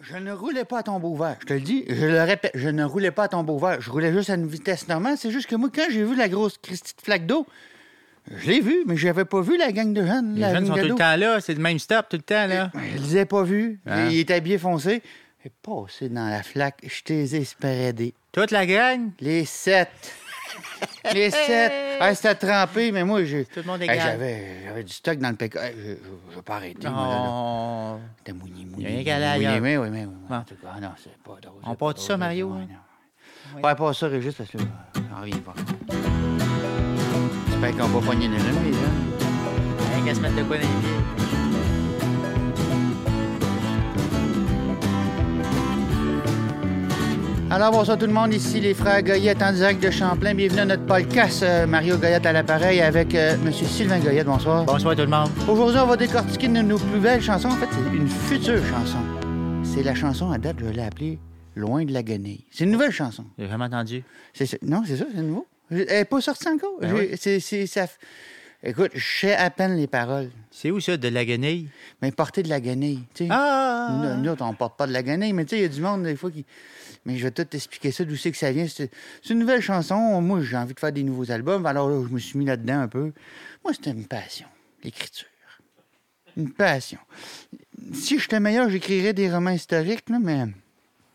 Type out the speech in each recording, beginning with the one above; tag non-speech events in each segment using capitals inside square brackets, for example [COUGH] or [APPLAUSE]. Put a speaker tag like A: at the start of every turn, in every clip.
A: Je ne roulais pas à tombeau ouvert. Je te le dis, je le répète, je ne roulais pas à tombeau ouvert. Je roulais juste à une vitesse normale. C'est juste que moi, quand j'ai vu la grosse Christie de flaque d'eau, je l'ai vu, mais j'avais pas vu la gang de jeunes.
B: Les
A: la gang
B: jeunes sont
A: de
B: tout le
A: dos.
B: temps là, c'est le même stop tout le temps là.
A: Je les ai pas vus.
B: Hein?
A: Il est habillé foncé. Et passé dans la flaque, je t'ai espéradé.
B: Toute la gang,
A: Les sept.
B: [LAUGHS]
A: Les sept. Ah, c'était trempé, mais moi, j'ai.
B: tout le monde
A: Hey,
B: égal.
A: j'avais, j'avais du stock dans le PK. Hey, je, je, je vais pas arrêter. moi, là, là.
B: on...
A: T'as mouillé,
B: Y
A: mouillé.
B: a rien qu'à aller
A: mouillé,
B: ailleurs.
A: mais oui, mais oui.
B: Bon.
A: En tout cas, ah non, c'est pas drôle.
B: On
A: c'est
B: part
A: pas
B: de
A: drôle,
B: ça,
A: c'est-
B: Mario,
A: ouais,
B: hein?
A: non. Ouais, pas ça, Régis, parce que euh, là, j'en reviens pas. hein. J'espère qu'on va pogner hein. les remis, là.
B: Rien qu'à se mettre de quoi dans les pieds.
A: Alors, bonsoir tout le monde, ici les frères Goyette en direct de Champlain. Bienvenue à notre podcast. euh, Mario Goyette à l'appareil avec euh, Monsieur M. Sylvain Goyette. Bonsoir.
B: Bonsoir tout le monde.
A: Aujourd'hui, on va décortiquer une de nos plus belles chansons. En fait, c'est une future chanson. C'est la chanson à date, je l'ai appelée Loin de la guenille. C'est une nouvelle chanson.
B: J'ai vraiment entendu.
A: C'est ça. Non, c'est ça, c'est nouveau. Je- Elle n'est pas sortie encore.
B: Ben
A: Je-
B: oui.
A: c'est- c'est- ça f- Écoute, je sais à peine les paroles,
B: C'est où ça, de la guenille?
A: mais porter de la guenille. tu sais.
B: Ah!
A: Nous, nous autres, on porte pas de la guenille, mais tu sais, il y a du monde des fois qui. Mais je vais tout t'expliquer ça, d'où c'est que ça vient. C'est c'est une nouvelle chanson. Moi, j'ai envie de faire des nouveaux albums, alors là, je me suis mis là-dedans un peu. Moi, c'était une passion, l'écriture. Une passion. Si j'étais meilleur, j'écrirais des romans historiques, là, mais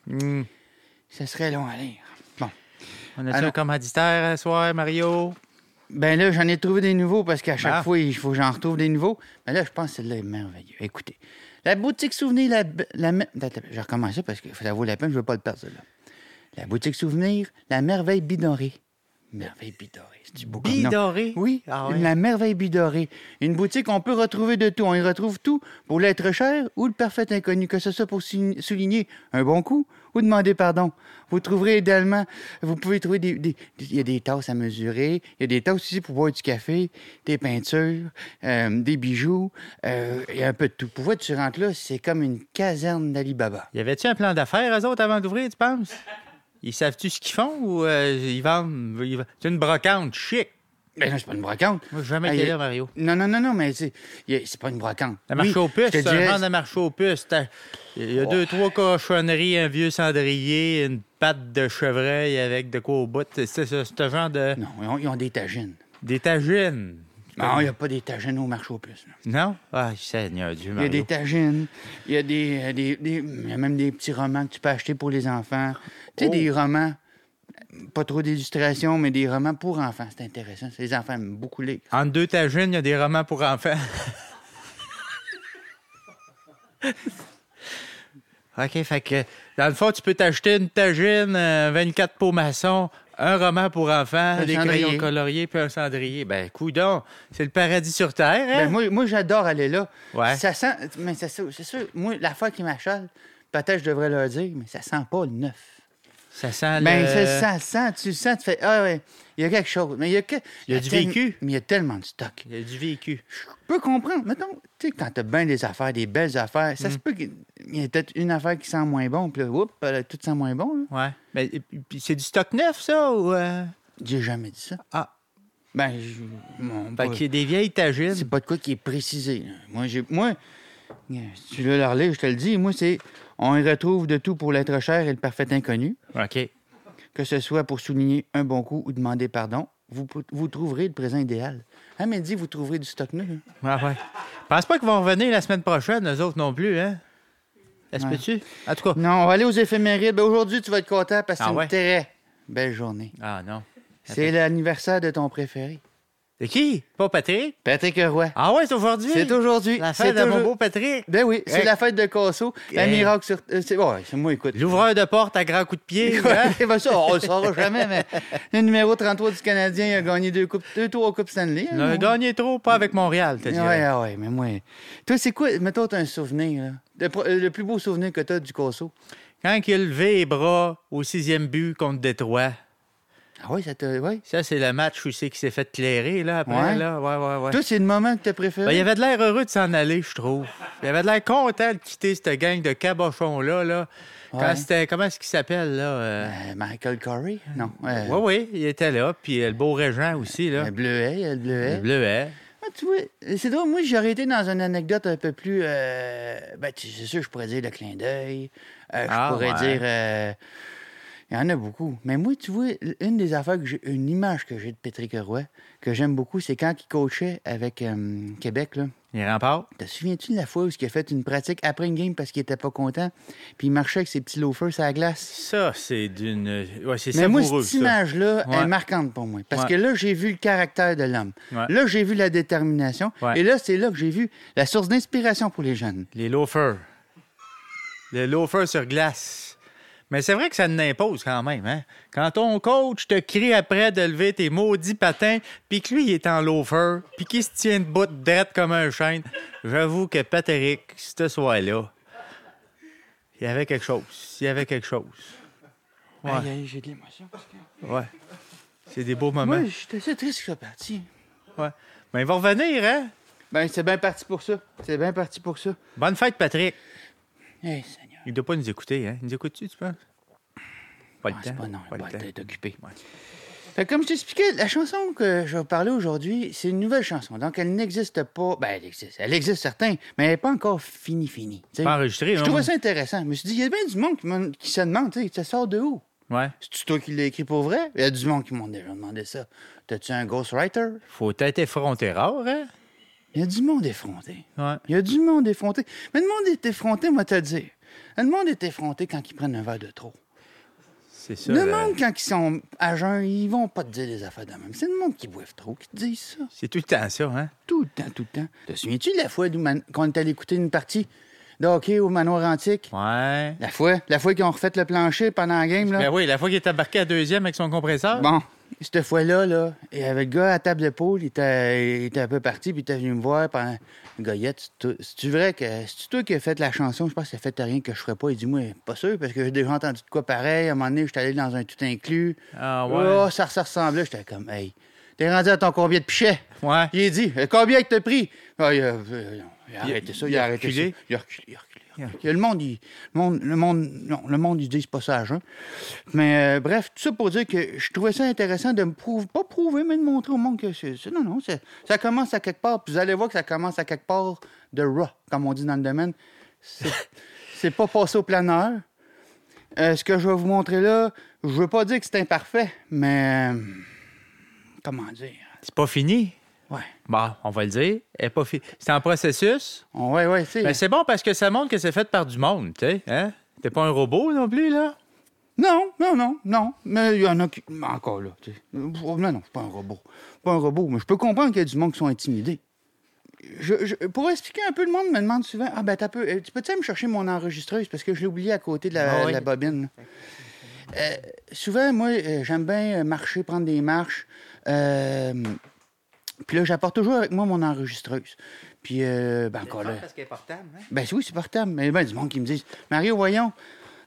B: Hmm.
A: ça serait long à lire. Bon.
B: On a-tu
A: Ah, non.
B: un commanditaire à soir, Mario?
A: Ben là, j'en ai trouvé des nouveaux parce qu'à chaque
B: Ah.
A: fois, il faut que j'en retrouve des nouveaux. Mais là, je pense que celle-là est merveilleuse. Écoutez. La boutique souvenir, la. b- la me- Attends, attends, je recommence ça parce que ça vaut la peine, je veux pas le perdre, celle-là. La boutique souvenir, la merveille bidorée. Merveille bidorée, c'est du beau comme nom.
B: Bidoré?
A: Oui,
B: Ah ouais.
A: la merveille bidorée. Une boutique, on peut retrouver de tout. On y retrouve tout pour l'être cher ou le parfait inconnu, que ce soit pour sign- souligner un bon coup ou demander pardon. Vous trouverez également, vous pouvez trouver des. des- des- Il y a des tasses à mesurer, il y a des tasses aussi pour boire du café, des peintures, euh, des bijoux, euh, il y a un peu de tout. Pour vrai, tu rentres là, c'est comme une caserne d'Alibaba.
B: Y avait-tu un plan d'affaires, eux autres, avant d'ouvrir, tu penses? Ils savent-tu ce qu'ils font ou euh, ils vendent? ils vendent- C'est une brocante chic.
A: Mais non, c'est pas une brocante.
B: Moi, j'ai jamais
A: Ah,
B: été
A: y a-
B: là, Mario.
A: Non, non, non, non, mais c'est il y a- c'est pas une brocante.
B: La marche
A: Oui,
B: aux puces,
A: je te
B: c'est un
A: dirais- Oh.
B: genre de marche aux puces. T'as- Il y a deux, trois cochonneries, un vieux cendrier, une patte de chevreuil avec de quoi au bout. C'est c'est ce ce genre de.
A: Non, ils ont, ils ont des tagines.
B: Des tagines.
A: Non, il n'y a pas des tagines au marché aux puces. là.
B: Non? Ah, Seigneur Dieu,
A: Il y a
B: Mario.
A: des tagines, il y a des, euh, des- des- il y a même des petits romans que tu peux acheter pour les enfants. Tu sais,
B: Oh.
A: des romans, euh, pas trop d'illustrations, mais des romans pour enfants. C'est intéressant. Les enfants aiment beaucoup lire.
B: Entre deux tagines, il y a des romans pour enfants. [LAUGHS] OK, fait que dans le fond, tu peux t'acheter une tagine, euh, 24 pots maçons, un roman pour enfants,
A: Un
B: des
A: cendrier.
B: crayons coloriés, puis un cendrier. Ben, coudon, c'est le paradis sur Terre, hein?
A: Ben, moi, moi j'adore aller là.
B: Ouais.
A: Ça sent, mais c'est sûr, c'est sûr, moi, la fois qui m'achale, peut-être je devrais leur dire, mais ça sent pas le neuf.
B: Ça sent
A: Ben,
B: le...
A: ça, ça sent, tu le sens, tu fais, ah ouais, il y a quelque chose. Mais il y a que.
B: Il y a du
A: tellement-
B: vécu.
A: Mais il y a tellement de stock.
B: Il y a du vécu.
A: Je peux comprendre. Mettons, tu sais, quand t'as bien des affaires, des belles affaires,
B: Mm.
A: ça se peut qu'il y ait peut-être une affaire qui sent moins bon, puis là, oups, elle a tout sent moins bon. là.
B: Ouais. Mais Ben, et puis, c'est du stock neuf, ça, ou... euh?
A: J'ai jamais dit ça.
B: Ah,
A: Ben, je- mon
B: fait
A: pas-
B: qu'il y a des vieilles tagines.
A: c'est pas de quoi qui est précisé. là. Moi, j'ai. Moi, euh, si tu veux leur lire, je te le dis. Moi, c'est. On y retrouve de tout pour l'être cher et le parfait inconnu,
B: OK.
A: que ce soit pour souligner un bon coup ou demander pardon. Vous, pou- vous trouverez le présent idéal. Ah, mais dis, vous trouverez du stock neuf. hein.
B: Ah ouais. Pense pas qu'ils vont revenir la semaine prochaine, eux autres non plus, hein? Est-ce
A: Ouais.
B: que tu? En tout cas.
A: Non, on va aller aux éphémérides. Ben, Aujourd'hui, tu vas être content parce que
B: Ah
A: c'est
B: ouais?
A: une très belle journée.
B: Ah non.
A: C'est l'anniversaire de ton préféré.
B: C'est qui? Pas Patrick?
A: Patrick Roy.
B: Ah ouais, c'est aujourd'hui.
A: C'est aujourd'hui.
B: La
A: C'est
B: fête de mon
A: aujourd'hui.
B: beau Patrick.
A: Ben oui, c'est
B: Hey.
A: la fête de Casso. La
B: Hey.
A: miracle sur. euh, c'est ouais, c'est moi,
B: [LAUGHS]
A: écoute.
B: L'ouvreur de porte à grands coups
A: [LAUGHS]
B: de pied. hein?
A: Ouais, ben ça, on le saura jamais, mais le numéro 33 du Canadien il a gagné deux, coupes, deux tours aux Coupes Stanley. hein,
B: On a gagné trop, pas avec Montréal, t'as
A: Oui,
B: dit.
A: oui, mais moi. Toi, c'est quoi, mettons, t'as un souvenir, là. Le, pro- euh, le plus beau souvenir que t'as du Casso.
B: Quand il a levé les bras au sixième but contre Détroit,
A: Ah oui, ça te. Ouais.
B: ça, c'est le match où c'est qu'il s'est fait clairer, là, après,
A: Ouais.
B: là. Ouais, ouais, ouais.
A: Toi, c'est le moment que t'as préféré.
B: Ben, il avait de l'air heureux de s'en aller, je trouve. Il avait de l'air content de quitter cette gang de cabochons-là, là.
A: Ouais.
B: Quand c'était... Comment est-ce qu'il s'appelle, là? euh,
A: Euh, Michael Corey? Non. euh,
B: Oui, oui, il était là. Puis euh, le hein. beau régent aussi, là.
A: Le bleuet, le bleuet.
B: Le bleuet.
A: Ah, tu vois, c'est drôle, moi, j'aurais été dans une anecdote un peu plus. euh, ben, tu- c'est sûr, je pourrais dire le clin d'œil. Euh, je
B: Ah,
A: pourrais
B: ouais.
A: dire. euh, il y en a beaucoup. Mais moi, tu vois, une des affaires que j'ai. Une image que j'ai de Patrick Roy, que j'aime beaucoup, c'est quand il coachait avec euh, Québec, là.
B: Les remparts?
A: Te souviens-tu de la fois où il a fait une pratique après une game parce qu'il était pas content, puis il marchait avec ses petits loafers sur la glace?
B: Ça, c'est d'une. Ouais, c'est
A: Mais moi,
B: savoureux,
A: cette
B: ça.
A: image-là
B: Ouais.
A: est marquante pour moi. Parce
B: Ouais.
A: que là, j'ai vu le caractère de l'homme.
B: Ouais.
A: Là, j'ai vu la détermination.
B: Ouais.
A: Et là, c'est là que j'ai vu la source d'inspiration pour les jeunes.
B: Les loafers. Les loafers sur glace. Mais c'est vrai que ça n'impose quand même. Hein? Quand ton coach te crie après de lever tes maudits patins, puis que lui, il est en loafer, puis qu'il se tient debout drette comme un chêne, j'avoue que Patrick, ce soir-là, il y avait quelque chose. Il y avait quelque chose. Ouais.
A: Aïe, aïe, j'ai de l'émotion.
B: Ouais. C'est des beaux moments.
A: Moi, j'étais assez triste que ça parti.
B: Ouais. Mais il va revenir, hein?
A: Ben, c'est bien parti pour ça. C'est bien parti pour ça.
B: Bonne fête, Patrick.
A: Hey, Eh, Seigneur.
B: Il ne doit pas nous écouter, hein? Il nous écoute-tu, tu penses? Pas le
A: Ah,
B: temps.
A: c'est pas non,
B: pas le
A: bon,
B: temps.
A: t'es occupé.
B: Ouais.
A: Fait que comme je t'expliquais, la chanson que je vais vous parler aujourd'hui, c'est une nouvelle chanson. Donc, elle n'existe pas. Ben, elle existe. Elle existe, certain, mais elle n'est pas encore finie, finie. tu sais.
B: Pas hein, enregistré,
A: Je
B: non?
A: trouvais ça intéressant. Je me suis dit, il y a bien du monde qui, me- qui se demande, tu sais, ça sort de où?
B: Ouais.
A: C'est toi qui l'as écrit pour vrai? Il y a du monde qui m'ont déjà demandé ça. T'as-tu un ghostwriter?
B: Faut être effronté rare, hein?
A: Il y a du monde effronté.
B: Ouais.
A: Il y a du monde effronté. Mais le monde est effronté, moi, te le dire. Le monde est effronté quand ils prennent un verre de trop.
B: C'est ça. euh,
A: Le
B: la-
A: monde, quand ils sont à jeun, ils vont pas te dire des affaires de même. C'est le monde qui boive trop qui te dit ça.
B: C'est tout le temps ça, hein?
A: Tout le temps, tout le temps. Te souviens-tu de la fois d'où man- qu'on est allé écouter une partie de hockey au manoir antique?
B: Ouais.
A: La fois, la fois qu'ils ont refait le plancher pendant la game, là?
B: Ben oui, la fois qu'il est embarqué à deuxième avec son compresseur.
A: Bon, cette fois-là, là, il y avait le gars à la table de poule, il était, il était un peu parti, puis il était venu me voir pendant. Goyette, c'est-tu- c'est-tu vrai que. C'est-tu toi qui as fait la chanson? Je pense que ça fait rien que je ferais pas. Il dit, moi, pas sûr, parce que j'ai déjà entendu de quoi pareil. À un moment donné, j'étais allé dans un tout inclus.
B: Ah
A: Oh,
B: ouais.
A: ça, ça ressemblait. J'étais comme, hey, t'es rendu à ton combien de pichets?
B: Ouais.
A: Il a dit, Euh, combien que t'as pris? Ah, il, a, euh, non, il a
B: Il-
A: arrêté ça, il,
B: il
A: a
B: a
A: arrêté
B: reculé.
A: ça. Il a reculé, il a reculé. il a
B: Il a
A: reculé. Le monde, il- le monde, le monde, non, le monde, ils disent pas ça à jeun. Mais euh, bref, tout ça pour dire que je trouvais ça intéressant de me prouver, pas prouver, mais de montrer au monde que c'est, c'est- non, non, c'est- ça commence à quelque part. Puis vous allez voir que ça commence à quelque part de raw, comme on dit dans le domaine. [LAUGHS] C'est, c'est pas passé au planeur. Euh, ce que je vais vous montrer là, je veux pas dire que c'est imparfait, mais euh, comment dire?
B: C'est pas fini.
A: Ouais.
B: Bon, on va le dire. Elle est pas fi- C'est en processus.
A: On- Oh, Ouais, ouais, c'est.
B: Mais c'est bon parce que ça montre que c'est fait par du monde, tu sais. Hein? T'es pas un robot non plus, là?
A: Non, non, non, non. Mais il y en a qui. mais Encore là. tu sais. Euh, Non, non, c'est pas un robot. Pas un robot. Mais je peux comprendre qu'il y a du monde qui sont intimidés. Je- je- pour expliquer un peu, le monde me demande souvent Ah, ben, t'as peu. euh, Tu peux-tu aller me chercher mon enregistreuse parce que je l'ai oublié à côté de la,
B: Ah oui.
A: de la bobine. Euh, souvent, moi, euh, j'aime bien euh, marcher, prendre des marches. Euh, puis là, j'apporte toujours avec moi mon enregistreuse. Puis, euh, ben, encore là.
B: qu'elle est portable, hein?
A: Ben oui, c'est portable. Mais ben, du monde qui me disent Mario, voyons,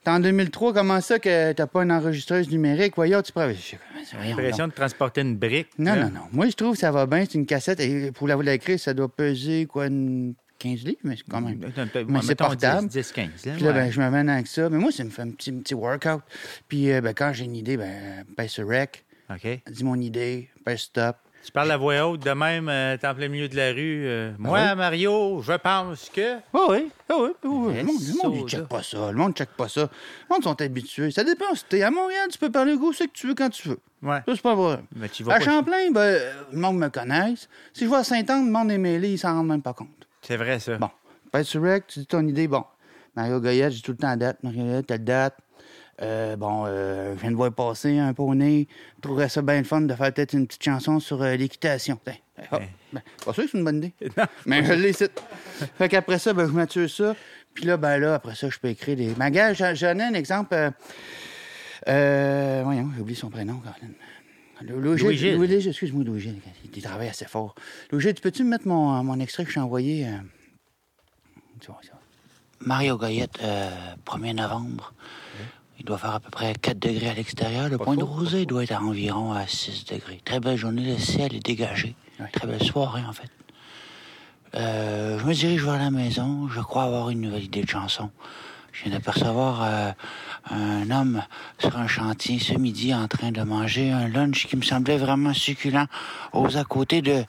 A: t'es en 2003, comment ça que t'as pas une enregistreuse numérique Voyons, tu prends. Je sais, voyons donc.
B: L'impression de transporter une brique.
A: Non,
B: là.
A: non, non. Moi, je trouve que ça va bien. C'est une cassette. Et pour la l'écrire, ça doit peser, quoi, une 15 livres, mais c'est quand même.
B: Un peu-
A: Mais
B: ouais,
A: c'est
B: mettons
A: portable.
B: 10, 15, là,
A: Puis là,
B: ouais.
A: ben, je me mène avec ça. Mais moi, ça me fait un petit, petit workout. Puis euh, ben, quand j'ai une idée, ben, pèse sur rec,
B: OK.
A: dis mon idée, pèse stop.
B: Tu parles la voix haute de même, euh, t'es en plein milieu de la rue. euh, moi,
A: Ah
B: Mario, je pense que.
A: Ah oui, ah oui, ah oui. Le monde, le monde, il
B: Reste
A: check
B: ça.
A: pas ça. Le monde check pas ça. Le monde sont habitués. Ça dépend. Si t'es à Montréal, tu peux parler au goût, c'est que tu veux quand tu veux.
B: Ouais.
A: Ça, c'est pas vrai.
B: Mais tu vas
A: À
B: pas-
A: Champlain, ben, euh, le monde me connaît. Si je vais à Saint-Anne, le monde est mêlé, ils s'en rendent même pas compte.
B: C'est vrai, ça.
A: Bon. Pète sur rec, tu dis ton idée, bon. Mario Goyette, j'ai tout le temps la date. Mario Goyette, telle date. Euh, bon, euh, je viens de voir passer un poney. Je trouverais ça bien le fun de faire peut-être une petite chanson sur euh, l'équitation. Tiens, hop. Ben, pas sûr que c'est une bonne idée.
B: Hein. Non.
A: Mais je l'ai cité. Fait qu'après ça, ben, je mature ça. Puis là, ben là, après ça, je peux écrire des. Ma gars, j'en j'en ai un exemple. euh, euh, voyons, j'ai oublié son prénom, Caroline. Lou- Louis-Gilles,
B: Louis-Gilles.
A: Louis-Gilles, excuse-moi, Louis-Gilles. Il travaille assez fort. Louis-Gilles, tu peux-tu me mettre mon, euh, mon extrait que je t'ai envoyé? euh? Tu vois, ça. Mario Goyette, euh, 1er novembre. Il doit faire à peu près 4 degrés à l'extérieur. Le point de rosée doit être à environ à 6 degrés. Très belle journée, le ciel est dégagé. Très belle soirée, en fait. Euh, je me dirige vers la maison. Je crois avoir une nouvelle idée de chanson. Je viens d'apercevoir euh, un homme sur un chantier ce midi en train de manger un lunch qui me semblait vraiment succulent aux à côté de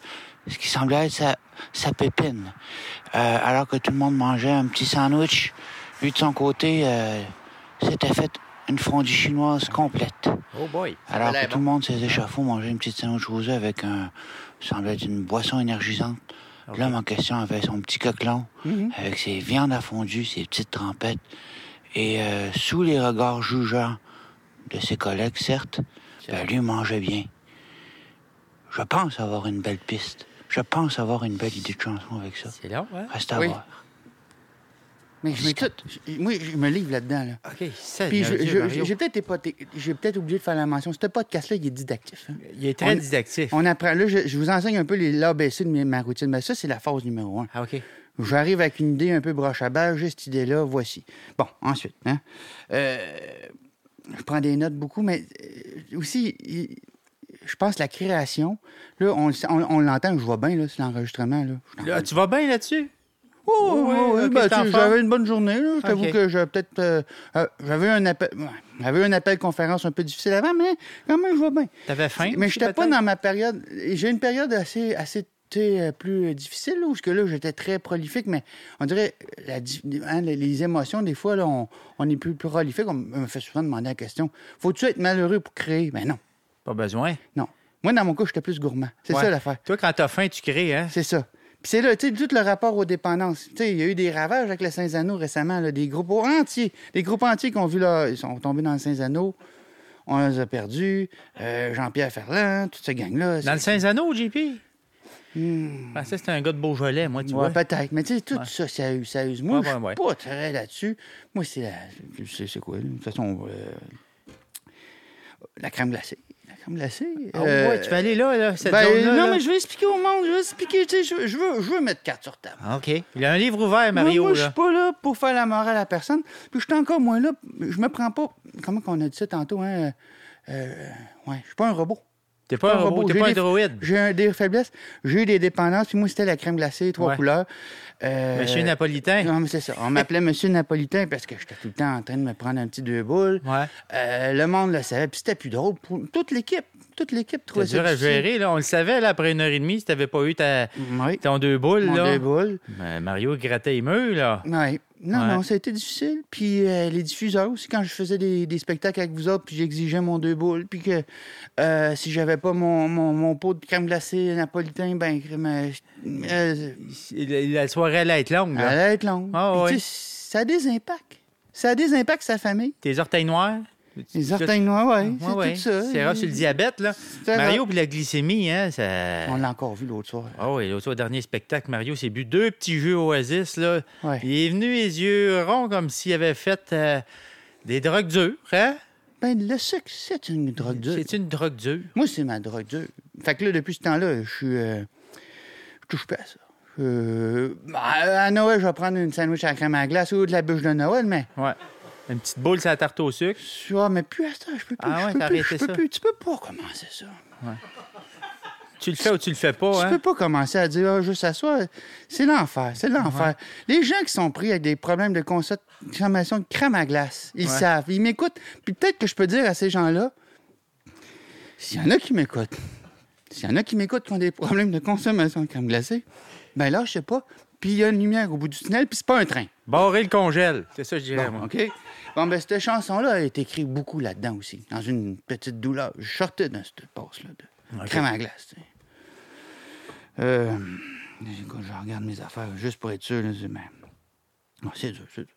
A: ce qui semblait être sa, sa pépine. Euh, alors que tout le monde mangeait un petit sandwich, lui de son côté, euh, s'était fait une fondue chinoise complète.
C: Oh boy. ça
A: Alors
C: a
A: que
C: l'air
A: tout le monde, ses échafauds, mangeait une petite sandwich rosée avec un, semblait être une boisson énergisante. L'homme en question avait son petit coquelon, avec ses viandes à fondue, ses petites trempettes, et euh, sous les regards jugeants de ses collègues, certes, ben, lui mangeait bien. Je pense avoir une belle piste. Je pense avoir une belle idée de chanson avec ça.
C: bon. C'est long,
B: hein?
C: ouais.
A: Reste à Oui. voir. Mais je m'écoute. Moi, je me livre là-dedans. Là.
C: OK, c'est
A: Puis je- je- j'ai peut-être époté- j'ai peut-être oublié de faire la mention. Ce podcast-là, il est didactif. hein.
B: Il est
A: On-
B: très didactif.
A: On apprend, là, je, je vous enseigne un peu les- l'ABC de mes- ma routine, mais ça, c'est la phase numéro un.
C: Ah, OK.
A: J'arrive avec une idée un peu broche à base, j'ai cette idée-là, voici. Bon, ensuite, hein, euh, je prends des notes beaucoup, mais euh, aussi, il- je pense la création, là, on, le sait- on- on l'entend, je vois bien, là, c'est l'enregistrement, là. Je
B: Là, tu vas bien là-dessus?
A: Oh, oui, oui,
B: oui, ok,
A: ben,
B: t'es en
A: tu sais,
B: forme.
A: j'avais une bonne journée. là. Je t'avoue
C: Ok.
A: que j'avais peut-être. euh, euh, j'avais eu un appel. ouais, J'avais eu un appel conférence un peu difficile avant, mais quand même, je vois bien.
B: T'avais faim?
A: Mais
B: aussi,
A: j'étais pas
B: peut-être?
A: dans ma période. J'ai une période assez, assez tu sais, euh, plus euh, difficile, là, où ce que là, j'étais très prolifique, mais on dirait euh, la di- hein, les, les émotions, des fois, là, on, on est plus prolifique. On me fait souvent demander la question Faut-tu être malheureux pour créer Ben non,
B: Pas besoin.
A: non. Moi, dans mon cas, j'étais plus gourmand. C'est
B: Ouais.
A: ça l'affaire.
B: Toi, quand t'as faim, tu crées, hein?
A: C'est ça. Puis c'est là, tu sais, tout le rapport aux dépendances. Tu sais, il y a eu des ravages avec le Saint-Anneau récemment, là, des groupes entiers. Des groupes entiers qui ont vu, là, ils sont tombés dans le Saint-Anneau. On les a perdus. Euh, Jean-Pierre Ferland, toute cette gang-là.
B: Dans le
A: c'est- Hmm,
B: Saint-Anneau, JP? Je pensais que c'était un gars de Beaujolais, moi, tu
A: Ouais, ben,
B: vois.
A: peut-être. Mais tu sais, tout ça, ça use. Ça use. Moi,
B: Ouais,
A: je suis
B: ouais, ouais.
A: pas très là-dessus. Moi, c'est la. C'est c'est quoi, là? De toute façon, euh, la crème glacée. La crème glacée.
B: Ah
A: euh,
B: ouais, tu vas aller là, là, cette
A: ben,
B: zone-là.
A: non,
B: là.
A: mais je vais expliquer au monde. Je vais expliquer. Tu sais, je, veux- je veux, je veux mettre carte sur table.
B: Ah, OK. Il a un livre ouvert,
A: Moi,
B: Mario,
A: moi, je suis
B: là.
A: pas là pour faire la morale à personne. Puis je suis encore moins là. Je me prends pas. Comment qu'on a dit ça tantôt, hein? euh, euh, ouais, je suis pas un robot.
B: T'es pas un
A: un
B: robot,
A: robot,
B: t'es
A: j'ai
B: pas un
A: des-
B: droïde.
A: J'ai un- des faiblesses, j'ai eu des dépendances, puis moi, c'était la crème glacée, trois
B: Ouais.
A: couleurs. Euh,
B: Monsieur Napolitain.
A: Non, mais c'est ça. On m'appelait Monsieur Napolitain parce que j'étais tout le temps en train de me prendre un petit deux boules.
B: Ouais.
A: Euh, le monde le savait, puis c'était plus drôle. Pour toute l'équipe, toute l'équipe trouvait
B: C'est
A: ça
B: dur à
A: difficile.
B: gérer, là. On le savait, là, après une heure et demie, si t'avais pas eu ta...
A: Oui,
B: ton deux boules,
A: mon
B: là.
A: deux boules.
B: Ben, Mario grattait les murs, là.
A: Ouais. Non,
B: Ouais.
A: non, ça a été difficile. Puis euh, les diffuseurs aussi, quand je faisais des, des spectacles avec vous autres, puis j'exigeais mon deux boules, puis que euh, si j'avais pas mon, mon, mon pot de crème glacée napolitain, ben, crème, euh, euh,
B: La la soirée allait être longue,
A: elle
B: là.
A: allait être longue.
B: Ah,
A: Puis,
B: ouais.
A: tu sais, ça a des impacts. Ça a des impacts sur sa famille.
B: Tes orteils noirs.
A: Les
B: Tu-
A: orteils noirs, ouais,
B: Ouais,
A: c'est
B: ouais.
A: tout ça.
B: C'est rare sur le diabète, là.
A: C'est
B: Mario puis la glycémie, hein, ça...
A: On l'a encore vu l'autre soir.
B: Ah oui, l'autre soir, dernier spectacle, Mario s'est bu deux petits jus Oasis, là.
A: Ouais.
B: Il est venu les yeux ronds comme s'il avait fait euh, des drogues dures, hein?
A: Ben, le sucre, c'est une drogue dure.
B: C'est une drogue dure.
A: Moi, c'est ma drogue dure. Fait que là, depuis ce temps-là, je suis. euh, je touche pas à ça. Euh, ben, à Noël, je vais prendre une sandwich à la crème à glace ou de la bûche de Noël, mais.
B: Ouais. Une petite boule sur la tarte au sucre.
A: Tu vois, mais plus à ça, je peux plus.
B: Ah ouais,
A: je peux
B: t'as
A: plus,
B: arrêté
A: je peux
B: ça.
A: plus. Tu peux pas commencer ça.
B: Tu le fais ou tu le fais pas,
A: Tu
B: hein?
A: peux pas commencer à dire, Ah, juste à soi. C'est l'enfer, c'est l'enfer. Les gens qui sont pris avec des problèmes de consommation de crème à glace, ils
B: Ouais.
A: savent, ils m'écoutent. Puis peut-être que je peux dire à ces gens-là, s'il y en a qui m'écoutent, s'il y en a qui m'écoutent qui ont des problèmes de consommation de crème glacée, ben là, je sais pas. Puis il y a une lumière au bout du tunnel, puis c'est pas un train.
B: Barrer le congèle. C'est ça, que je dirais,
A: Bon,
B: moi.
A: OK? Bon, ben, cette chanson-là est écrite beaucoup là-dedans aussi, dans une petite douleur. Je sortais dans cette passe-là de crème à glace, tu sais. Euh, écoute, je regarde mes affaires juste pour être sûr. là, c'est- mais- Non, c'est dur, c'est dur.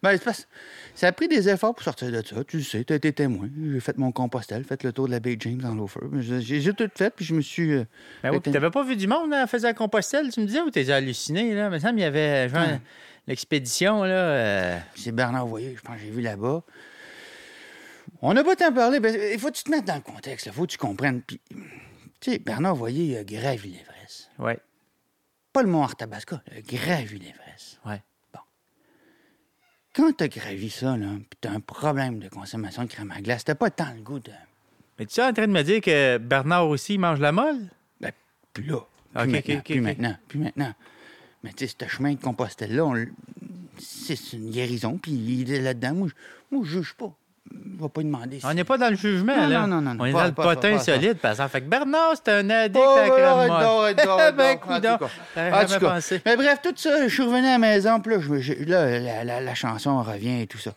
A: Ben, c'est parce- ça a pris des efforts pour sortir de ça. Tu le sais, tu as été témoin. J'ai fait mon compostel, fait le tour de la baie James dans l'Ofer. J'ai j'ai tout fait, puis je me suis... euh,
B: Ben oui,
A: fait
B: puis t'avais pas vu du monde, là, en faisant la compostelle, tu me disais, ou t'es halluciné, là? Mais ça, il y avait, euh, genre,
A: Ouais.
B: l'expédition, là. euh,
A: C'est Bernard Voyer, je pense que j'ai vu là-bas. On n'a pas tant parlé, mais il faut que tu te mettes dans le contexte, il faut que tu comprennes. Puis, tu sais, Bernard Voyer il a gravi l'Everest.
B: Ouais,
A: Pas le mont Arthabasca, il a gravi l'Everest.
B: ouais.
A: Quand t'as gravi ça, là, puis t'as un problème de consommation de crème à glace, t'as pas tant le goût de...
B: Mais tu es en train de me dire que Bernard aussi il mange la molle?
A: Ben, plus là. Plus
B: Ok,
A: maintenant,
B: ok, ok,
A: plus
B: ok.
A: maintenant, plus maintenant. Mais tu sais, ce chemin de Compostelle-là, on l- c'est une guérison, puis il est là-dedans. Moi, je- moi, je juge pas. va pas demander. si-
B: On n'est pas dans le jugement,
A: Non,
B: là.
A: non, non, non, non,
B: On est
A: pas-
B: dans le
A: pas ça,
B: potin
A: pas ça.
B: solide, par exemple. Fait que Bernard, c'est un addict
A: Oh,
B: à la
A: ben,
B: crème
A: arrête
B: molle.
A: donc, arrête donc,
B: Eh
A: arrête
B: [LAUGHS] ben,
A: donc, en
B: coudonc,
A: tout cas.
B: j'aurais
A: En tout
B: jamais
A: cas,
B: pensé.
A: Mais bref, tout ça, je suis revenu à la maison, puis là, je me- je- là, la, la- la chanson revient et tout ça.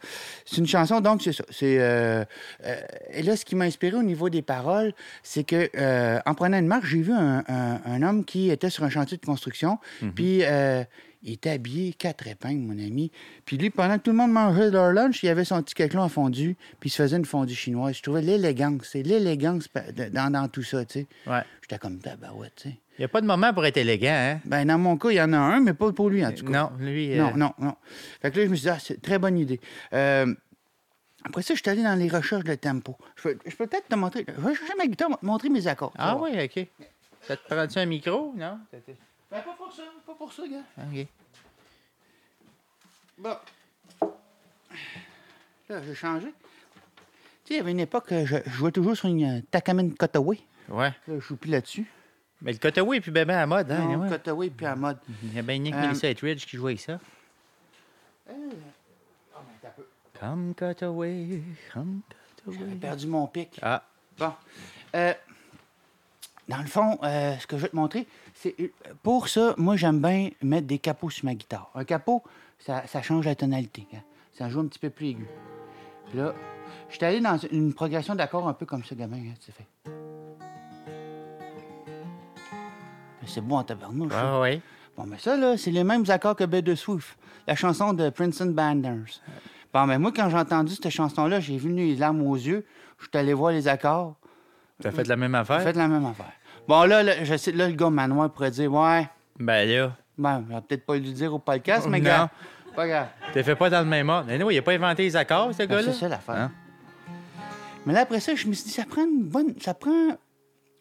A: C'est une chanson, donc c'est ça. C'est, euh, euh, et là, ce qui m'a inspiré au niveau des paroles, c'est que euh, en prenant une marche, j'ai vu un, un- un homme qui était sur un chantier de construction, puis euh, il était habillé quatre épingles, mon ami. Puis lui, pendant que tout le monde mangeait leur lunch, il avait son petit caclon à fondue, puis il se faisait une fondue chinoise. Je trouvais l'élégance, c'est l'élégance pa- de- dans, dans tout ça, tu sais.
B: Ouais.
A: J'étais comme tabarouette, tu sais.
B: Il n'y a pas de moment pour être élégant, hein?
A: Ben, dans mon cas, il y en a un, mais pas pour lui, en tout cas.
B: Non, lui. euh,
A: Non, non, non. Fait que là, je me suis dit, ah, c'est une très bonne idée. Euh, après ça, je suis allé dans les recherches de tempo. Je peux, je peux peut-être te montrer. Je vais chercher ma guitare, te montrer mes accords. tu
B: Ah
A: vas voir.
B: oui, OK. Ça te prend-tu un micro? Non?
A: Ben, pas pour ça, pas pour ça, gars.
B: OK.
A: Bon. Là, j'ai changé. Tu sais, il y avait une époque, euh, je, je jouais toujours sur une euh, Takamine Cutaway.
B: Ouais.
A: Là, je joue plus là-dessus.
B: Mais le Cotaway est plus bébé à la mode, hein?
A: Non,
B: anyway.
A: Cutaway, puis à mode.
B: Il y a bien Nick
A: Euh,
B: Melissa Etheridge qui jouait avec ça. Come Cotaway, come
A: J'avais
B: Cotaway.
A: perdu mon pic.
B: Ah,
A: Bon. Euh, dans le fond, euh, ce que je vais te montrer, c'est. euh, Pour ça, moi, j'aime bien mettre des capots sur ma guitare. Un capot, ça, ça change la tonalité. hein. Ça joue un petit peu plus aigu. Puis là, je suis allé dans une progression d'accords un peu comme ça, gamin, hein, tu sais, fait. Mais C'est beau en tabarnouche. hein.
B: ouais, ouais.
A: Bon, mais ça, là, c'est les mêmes accords que Bed of Swift, la chanson de Princeton Banders. Bon, mais moi, quand j'ai entendu cette chanson-là, j'ai vu les larmes aux yeux. Je suis allé voir les accords.
B: T'as fait la même
A: Faites
B: affaire?
A: la même affaire. Bon, là, là, je sais, là le gars manoir pourrait dire Ouais,
B: Ben là,
A: ben, j'aurais peut-être pas dû le dire au podcast, mais
B: Non.
A: gars. Pas grave.
B: t'es fait pas dans le même ordre. Mais non, il a pas inventé les accords, ce
A: Ben,
B: gars-là.
A: c'est ça l'affaire.
B: Hein?
A: Mais là, après ça, je me suis dit Ça prend une bonne. Ça prend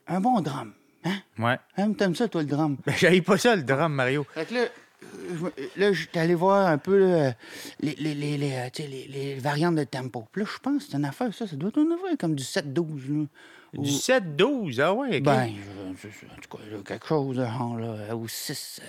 A: un bon drum. Hein?
B: Ouais. [LAUGHS]
A: Hein, T'aimes ça, toi, le drum?
B: Ben, j'avais pas ça, le drum, Mario.
A: Fait que là, euh, je me- là, j'étais allé voir un peu là, les, les, les, les, euh, tu sais, les- les variantes de tempo. Puis là, je pense que c'est une affaire, ça, ça doit être une affaire comme du 7-12. là. Ou-
B: Du 7-12, ah ouais, OK.
A: Ben, je- je- je- en tout cas, là, quelque chose, de genre, là, euh, ou 6.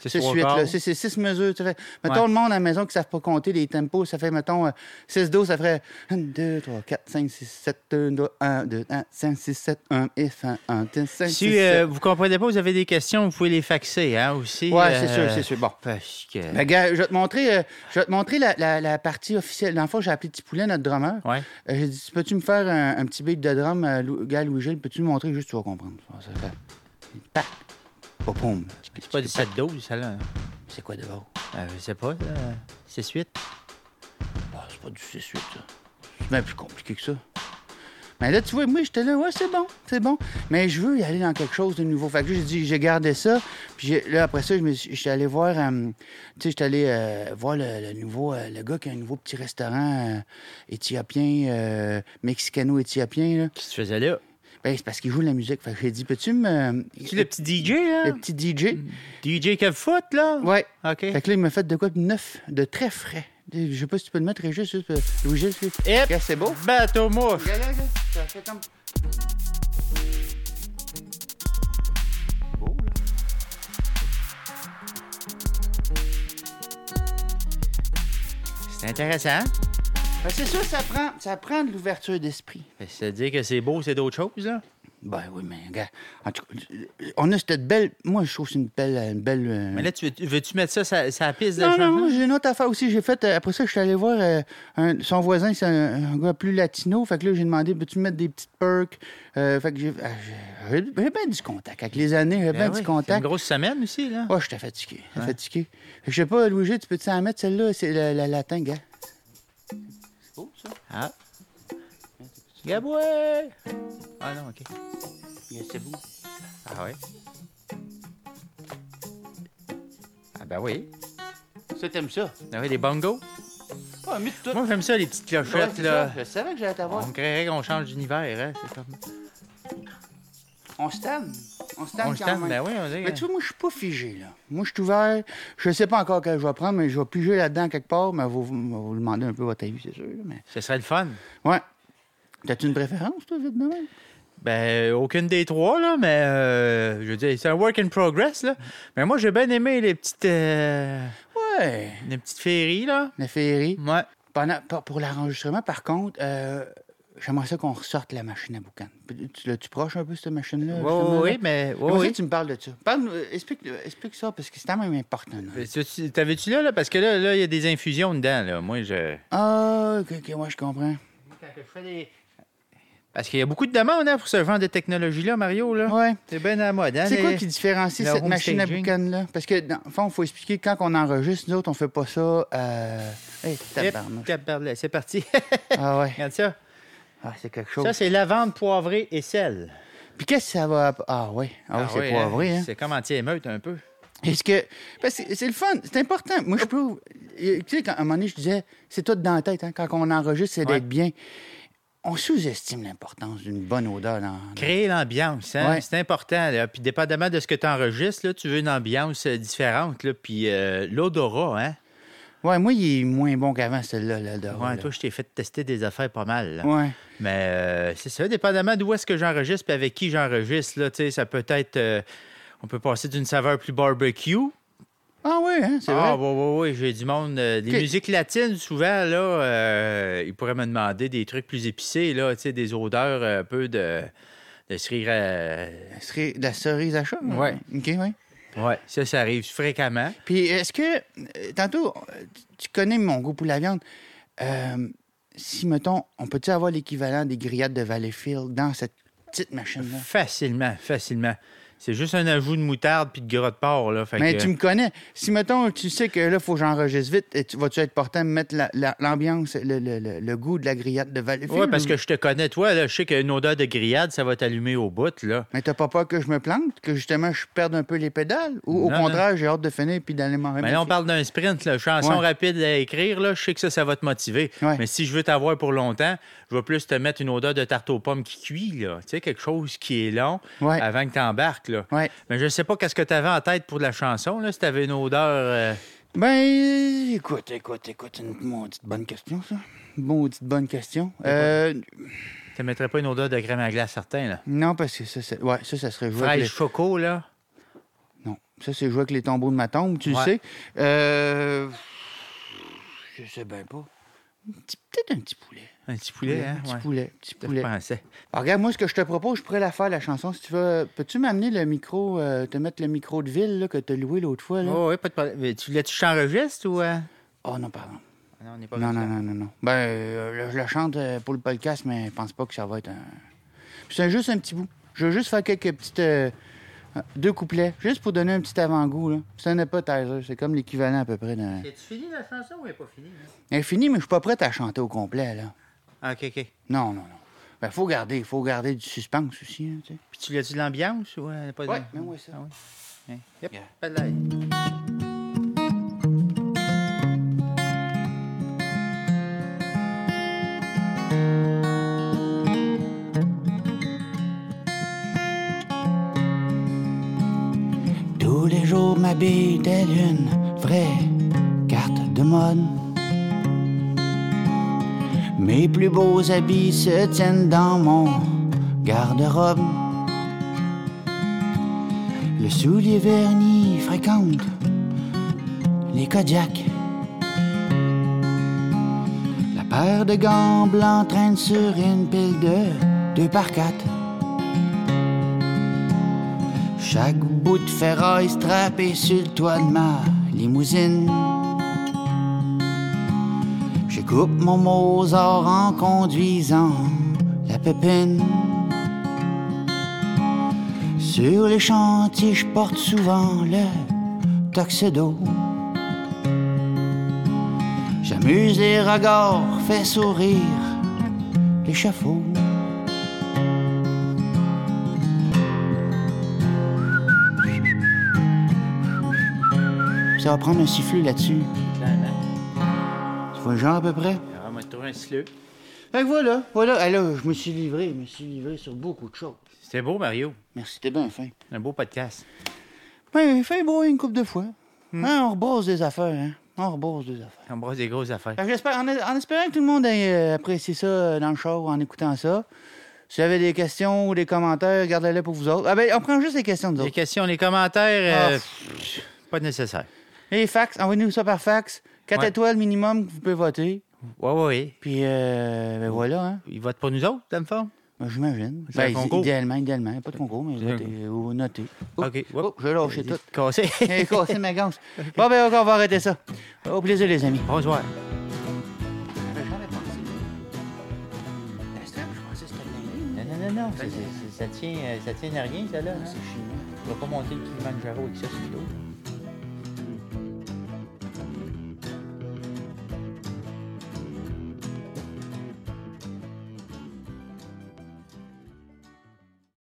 B: c'est
A: 6
B: trois
A: 8,
B: quarts.
A: là, c'est c'est six mesures. tu sais. Mettons
B: Ouais.
A: le monde à la maison qui ne savent pas compter les tempos, ça fait, mettons, 6-12, ça ferait 1, 2, 3, 4, 5, 6, 7, 1, 2, 1, 2, 1, 5, 6, 7, 1, 1, 1, 5, 6,
B: Si
A: 7.
B: euh, vous comprenez pas, vous avez des questions, vous pouvez les faxer, hein, aussi.
A: Ouais, c'est
B: euh,
A: sûr, c'est sûr. Bon.
B: Parce que...
A: Ben, gars, je vais te montrer, euh, je vais te montrer la, la- la partie officielle. Dans le fond, j'ai appelé Petit Poulet, notre drummer.
B: Ouais.
A: Euh, j'ai dit Peux-tu me faire un, un petit beat de drum, euh, Lou- gars Louis-Gilles Peux-tu me montrer Juste, tu vas comprendre. Ça fait. Pac Popoum.
B: C'est pas du 7-12, ça, là. hein.
A: C'est quoi dehors
B: Euh, je sais pas, là. 6-8.
A: Ah, C'est pas du 6-8, ça. C'est bien plus compliqué que ça. Mais là, tu vois, moi, j'étais là, ouais, c'est bon, c'est bon. Mais je veux y aller dans quelque chose de nouveau. Fait que j'ai dit, j'ai gardé ça. Puis j'ai- là, après ça, je me suis- j'étais allé voir, euh, tu sais, j'étais allé euh, voir le, le nouveau, euh, le gars qui a un nouveau petit restaurant euh, éthiopien, euh, mexicano-éthiopien, là.
B: Qu'est-ce que tu faisais là?
A: Ben, c'est parce qu'il joue de la musique. Fait que j'ai dit, peux-tu me.
B: Tu le petit DJ, là?
A: le petit DJ?
B: DJ Kev Foot, là?
A: Ouais.
B: OK.
A: Fait que là, il m'a fait de quoi de neuf, de très frais. Je sais pas si tu peux le mettre, Régis, juste, euh, Louis-Gilles. tu-
B: Yep.
A: Regarde, c'est beau.
B: Bateau mouf.
A: Regarde, regarde, ça fait comme. Beau, là.
B: C'est intéressant.
A: Ben, c'est sûr, ça prend, ça prend de l'ouverture d'esprit.
B: C'est-à-dire que c'est beau, c'est d'autres choses, hein? là?
A: Ben oui, mais regarde. En tout cas, on a cette belle. Moi, je trouve que c'est une belle. Une belle euh,
B: Mais là, hein? tu veux- veux-tu mettre ça sur sur la piste de
A: non,
B: chanson?
A: non, j'ai une autre affaire aussi. J'ai fait. euh, après ça, je suis allé voir euh, un- son voisin, c'est un, un gars plus latino. Fait que là, j'ai demandé peux-tu mettre des petites perks Euh, Fait que j'ai ah, j'ai- j'ai bien du contact. Avec les années, j'ai bien
B: Ben
A: du
B: oui, C'est
A: contact.
B: une grosse semaine aussi, là.
A: Oh, j'étais fatigué. Fatigué. Je sais pas, Louis, tu peux-tu en mettre celle-là? C'est la, la latin, gars. C'est beau, ça?
B: Ah. Gaboué! Ah non, OK.
A: C'est beau.
B: Ah ouais. Ah ben oui.
A: Ça, t'aimes ça?
B: Ah oui, des bongos.
A: Ah, mais tout.
B: Moi, j'aime ça, les petites clochettes, là.
A: Je savais que j'allais t'avoir.
B: On créerait qu'on change d'univers, hein. C'est comme...
A: On se tanne. On se
B: On
A: tanne
B: se
A: quand
B: tente,
A: même.
B: ben oui, on dit.
A: Mais tu vois, moi, je suis pas figé, là. Moi, je suis ouvert. Je sais pas encore quel je vais prendre, mais je vais piger là-dedans quelque part. Mais vous, vous, vous vous demander un peu votre avis, c'est sûr. là, Mais...
B: Ce serait le fun.
A: Ouais. T'as-tu une préférence, toi, vite de même?
B: Ben, aucune des trois, là, mais euh, je veux dire, c'est un work in progress, là. Mais moi, j'ai bien aimé les petites, euh,
A: Ouais.
B: les petites féeries, là.
A: La féerie.
B: Ouais.
A: Pendant, pour- pour l'enregistrement, par contre, euh, j'aimerais ça qu'on ressorte la machine à boucan. Tu l'as-tu proche un peu, cette machine-là?
B: Oui,
A: justement,
B: oui,
A: là?
B: oui, mais.
A: J'aimerais ça
B: Oui,
A: que tu me parles de ça. Parle, euh, explique, euh, explique ça, parce que c'est quand même important. là.
B: oui. Tu- tu- T'avais-tu là, là? Parce que là, là, il y a des infusions dedans, là. Moi, je.
A: Ah, ok, ok, moi, je comprends.
B: Parce qu'il y a beaucoup de demandes hein, pour ce genre de technologie-là, Mario, là.
A: Ouais.
B: C'est bien à la mode, hein?
A: C'est
B: les-
A: quoi qui différencie
B: le
A: cette
B: home
A: machine à
B: staging.
A: boucan-là? Parce que, dans le fond, il faut expliquer que quand on enregistre, nous autres, on fait pas ça. Euh... Hey,
B: Hip,
A: tabarnouche.
B: tabarnak, C'est parti. [LAUGHS]
A: ah ouais.
B: Regarde ça.
A: Ah, c'est quelque chose.
B: Ça, c'est lavande poivrée et sel.
A: Puis qu'est-ce que ça va. Ah ouais. Ah, ouais, c'est
B: oui,
A: poivré, hein?
B: C'est comme anti-émeute, un peu.
A: Est-ce que. Parce que c'est le fun, c'est important. Moi, je trouve. Tu sais, quand, à un moment donné, je disais, c'est tout dans la tête, hein, quand on enregistre, c'est
B: Ouais.
A: d'être bien. On sous-estime l'importance d'une bonne odeur dans.
B: Créer l'ambiance, hein?
A: Ouais.
B: c'est important. Là. Puis, dépendamment de ce que tu enregistres, là, tu veux une ambiance euh, différente. Là. Puis, euh, l'odorat, hein?
A: Ouais, moi, il est moins bon qu'avant, celle-là, l'odeur.
B: Ouais,
A: Ah, là.
B: toi, je t'ai fait tester des affaires pas mal. là.
A: Ouais.
B: Mais euh, c'est ça, dépendamment d'où est-ce que j'enregistre et avec qui j'enregistre, là, tu sais, ça peut être. euh, on peut passer d'une saveur plus barbecue.
A: Ah ouais, hein, c'est
B: ah,
A: vrai.
B: oui, oui, oui, j'ai du monde. euh, des
A: Ok.
B: musiques latines, souvent, là, euh, ils pourraient me demander des trucs plus épicés, là, tu sais, des odeurs euh, un peu de, de cerise. à-
A: La cerise- La cerise à chat. là.
B: Ouais.
A: OK, ouais.
B: Ouais, ça, ça arrive fréquemment.
A: Puis est-ce que. euh, Tantôt, euh, tu- tu connais mon goût pour la viande. Euh, si, mettons, on peut-tu avoir l'équivalent des grillades de Valleyfield dans cette petite machine-là?
B: Facilement, facilement. C'est juste un ajout de moutarde puis de gras de porc, là. fait
A: Mais
B: que-
A: tu me connais. Si, mettons, tu sais que là, faut que j'enregistre vite, et tu, vas-tu être portant à me mettre la- la- l'ambiance, le, le- le- le goût de la grillade de Valleyfield?
B: Ouais, parce
A: ou-
B: que je te connais, toi, là. Je sais qu'une odeur de grillade, ça va t'allumer au bout, là.
A: Mais t'as pas peur que je me plante, que justement je perde un peu les pédales? Ou au
B: Non, non.
A: contraire, j'ai hâte de finir puis d'aller m'en
B: Mais là, on parle d'un sprint, là, chanson
A: Ouais.
B: rapide à écrire, là, je sais que ça, ça va te motiver.
A: Ouais.
B: Mais si je veux t'avoir pour longtemps, je vais plus te mettre une odeur de tarte aux pommes qui cuit, là. Tu sais, quelque chose qui est long
A: Ouais.
B: avant que tu embarques, là.
A: Ouais.
B: Mais je sais pas qu'est-ce que tu avais en tête pour la chanson, là, si tu avais une odeur... euh,
A: Ben, écoute, écoute, écoute, une maudite bonne question, ça. Maudite bonne question. Euh,
B: Tu mettrais pas une odeur de crème à glace, certain, là.
A: non, parce que ça, ça, ouais, ça, ça serait joué avec
B: Fraîche choco, là.
A: les... Non, ça, c'est joué avec les tombeaux de ma tombe, tu le
B: Ouais.
A: sais. Euh, je sais bien pas. Un petit- Peut-être un petit poulet.
B: Un petit poulet, hein?
A: Un petit
B: Ouais.
A: poulet, petit
B: Je
A: poulet.
B: pensais.
A: Ah, regarde, moi, ce que je te propose, je pourrais la faire, la chanson, si tu veux. Peux-tu m'amener le micro, euh, te mettre le micro de ville là, que t'as loué l'autre fois? Là? Oh.
B: Oh, oui, pas de problème. Mais Tu voulais-tu que je t'enregistre ou... euh?
A: non, pardon.
B: Non, on n'est pas
A: Non,
B: rendu
A: non,
B: là.
A: non, non, non. Ben, euh, là, je la chante euh, pour le podcast, mais je pense pas que ça va être un... C'est juste un petit bout. Je veux juste faire quelques petites... euh, deux couplets, juste pour donner un petit avant-goût. là. C'est un appetizer, c'est comme l'équivalent à peu près d'un...
B: As-tu fini la chanson ou elle n'est pas finie?
A: Infini, mais je suis pas prête à chanter au complet, là.
B: là? Ah, OK, OK.
A: Non, non, non. Ben, faut garder, faut garder du suspense aussi, hein, tu sais. Ben,
B: Puis tu l'as-tu de l'ambiance ou euh, pas de-
A: Ouais, mets-moi ça.
B: Ah oui. Hein. Yep,
A: Yeah.
B: pas de l'ail.
A: Tous les jours m'habille telle une vraie carte de mode. Mes plus beaux habits se tiennent dans mon garde-robe. Le soulier verni fréquente les Kodiaks. La paire de gants blancs traîne sur une pile de deux par quatre. Chaque bout de ferraille strappé sur le toit de ma limousine. Je coupe mon Mozart en conduisant la pépine. Sur les chantiers, je porte souvent le tuxedo. J'amuse les regards, fais sourire l'échafaud. Ça va prendre un sifflet là-dessus.
B: Clairement.
A: Tu vois le genre à peu près?
B: Alors, Ah, on va te trouver un siffleux.
A: Fait que voilà, voilà. Alors, je me suis livré, je me suis livré sur beaucoup de choses.
B: C'était beau, Mario.
A: Merci, t'es bien fin.
B: Un beau podcast.
A: Ben, fait beau une couple de fois. Hein, on rebose des affaires, hein. On rebose des affaires.
B: T'embrasses des grosses affaires.
A: Fait que j'espère- en, en espérant que tout le monde ait euh, apprécié ça euh, dans le show en écoutant ça. Si vous avez des questions ou des commentaires, gardez-les pour vous autres. Ah ben, on prend juste les questions nous
B: Les
A: autres.
B: questions, les commentaires,
A: Ah,
B: euh, pff, pas nécessaire.
A: Et les fax, envoyez-nous ça par fax. 4
B: Ouais.
A: étoiles minimum que vous pouvez voter.
B: Oui, oui.
A: Puis, euh, ben voilà, hein.
B: Ils votent pour nous autres, dans le fond?
A: Ben, J'imagine.
B: C'est un
A: Ben,
B: concours.
A: idéalement, idéalement. Pas de concours, mais
B: C'est un-
A: votez, euh, vous notez. Oh,
B: OK.
A: oh, je vais lâcher tout.
B: [LAUGHS] Cassé.
A: [LAUGHS] J'ai cassé ma ganse. Bon, ben, OK, on va arrêter ça. Au plaisir, les amis.
B: Bonsoir.
A: J'avais jamais pensé. La strap, je pensais que c'était de
B: Non, non, non, non. c'est- c'est- c'est- ça, tient, euh, ça tient à rien, ça,
A: la
B: là.
A: laine.
B: On va pas monter le Kilimanjaro avec ça sur le dos.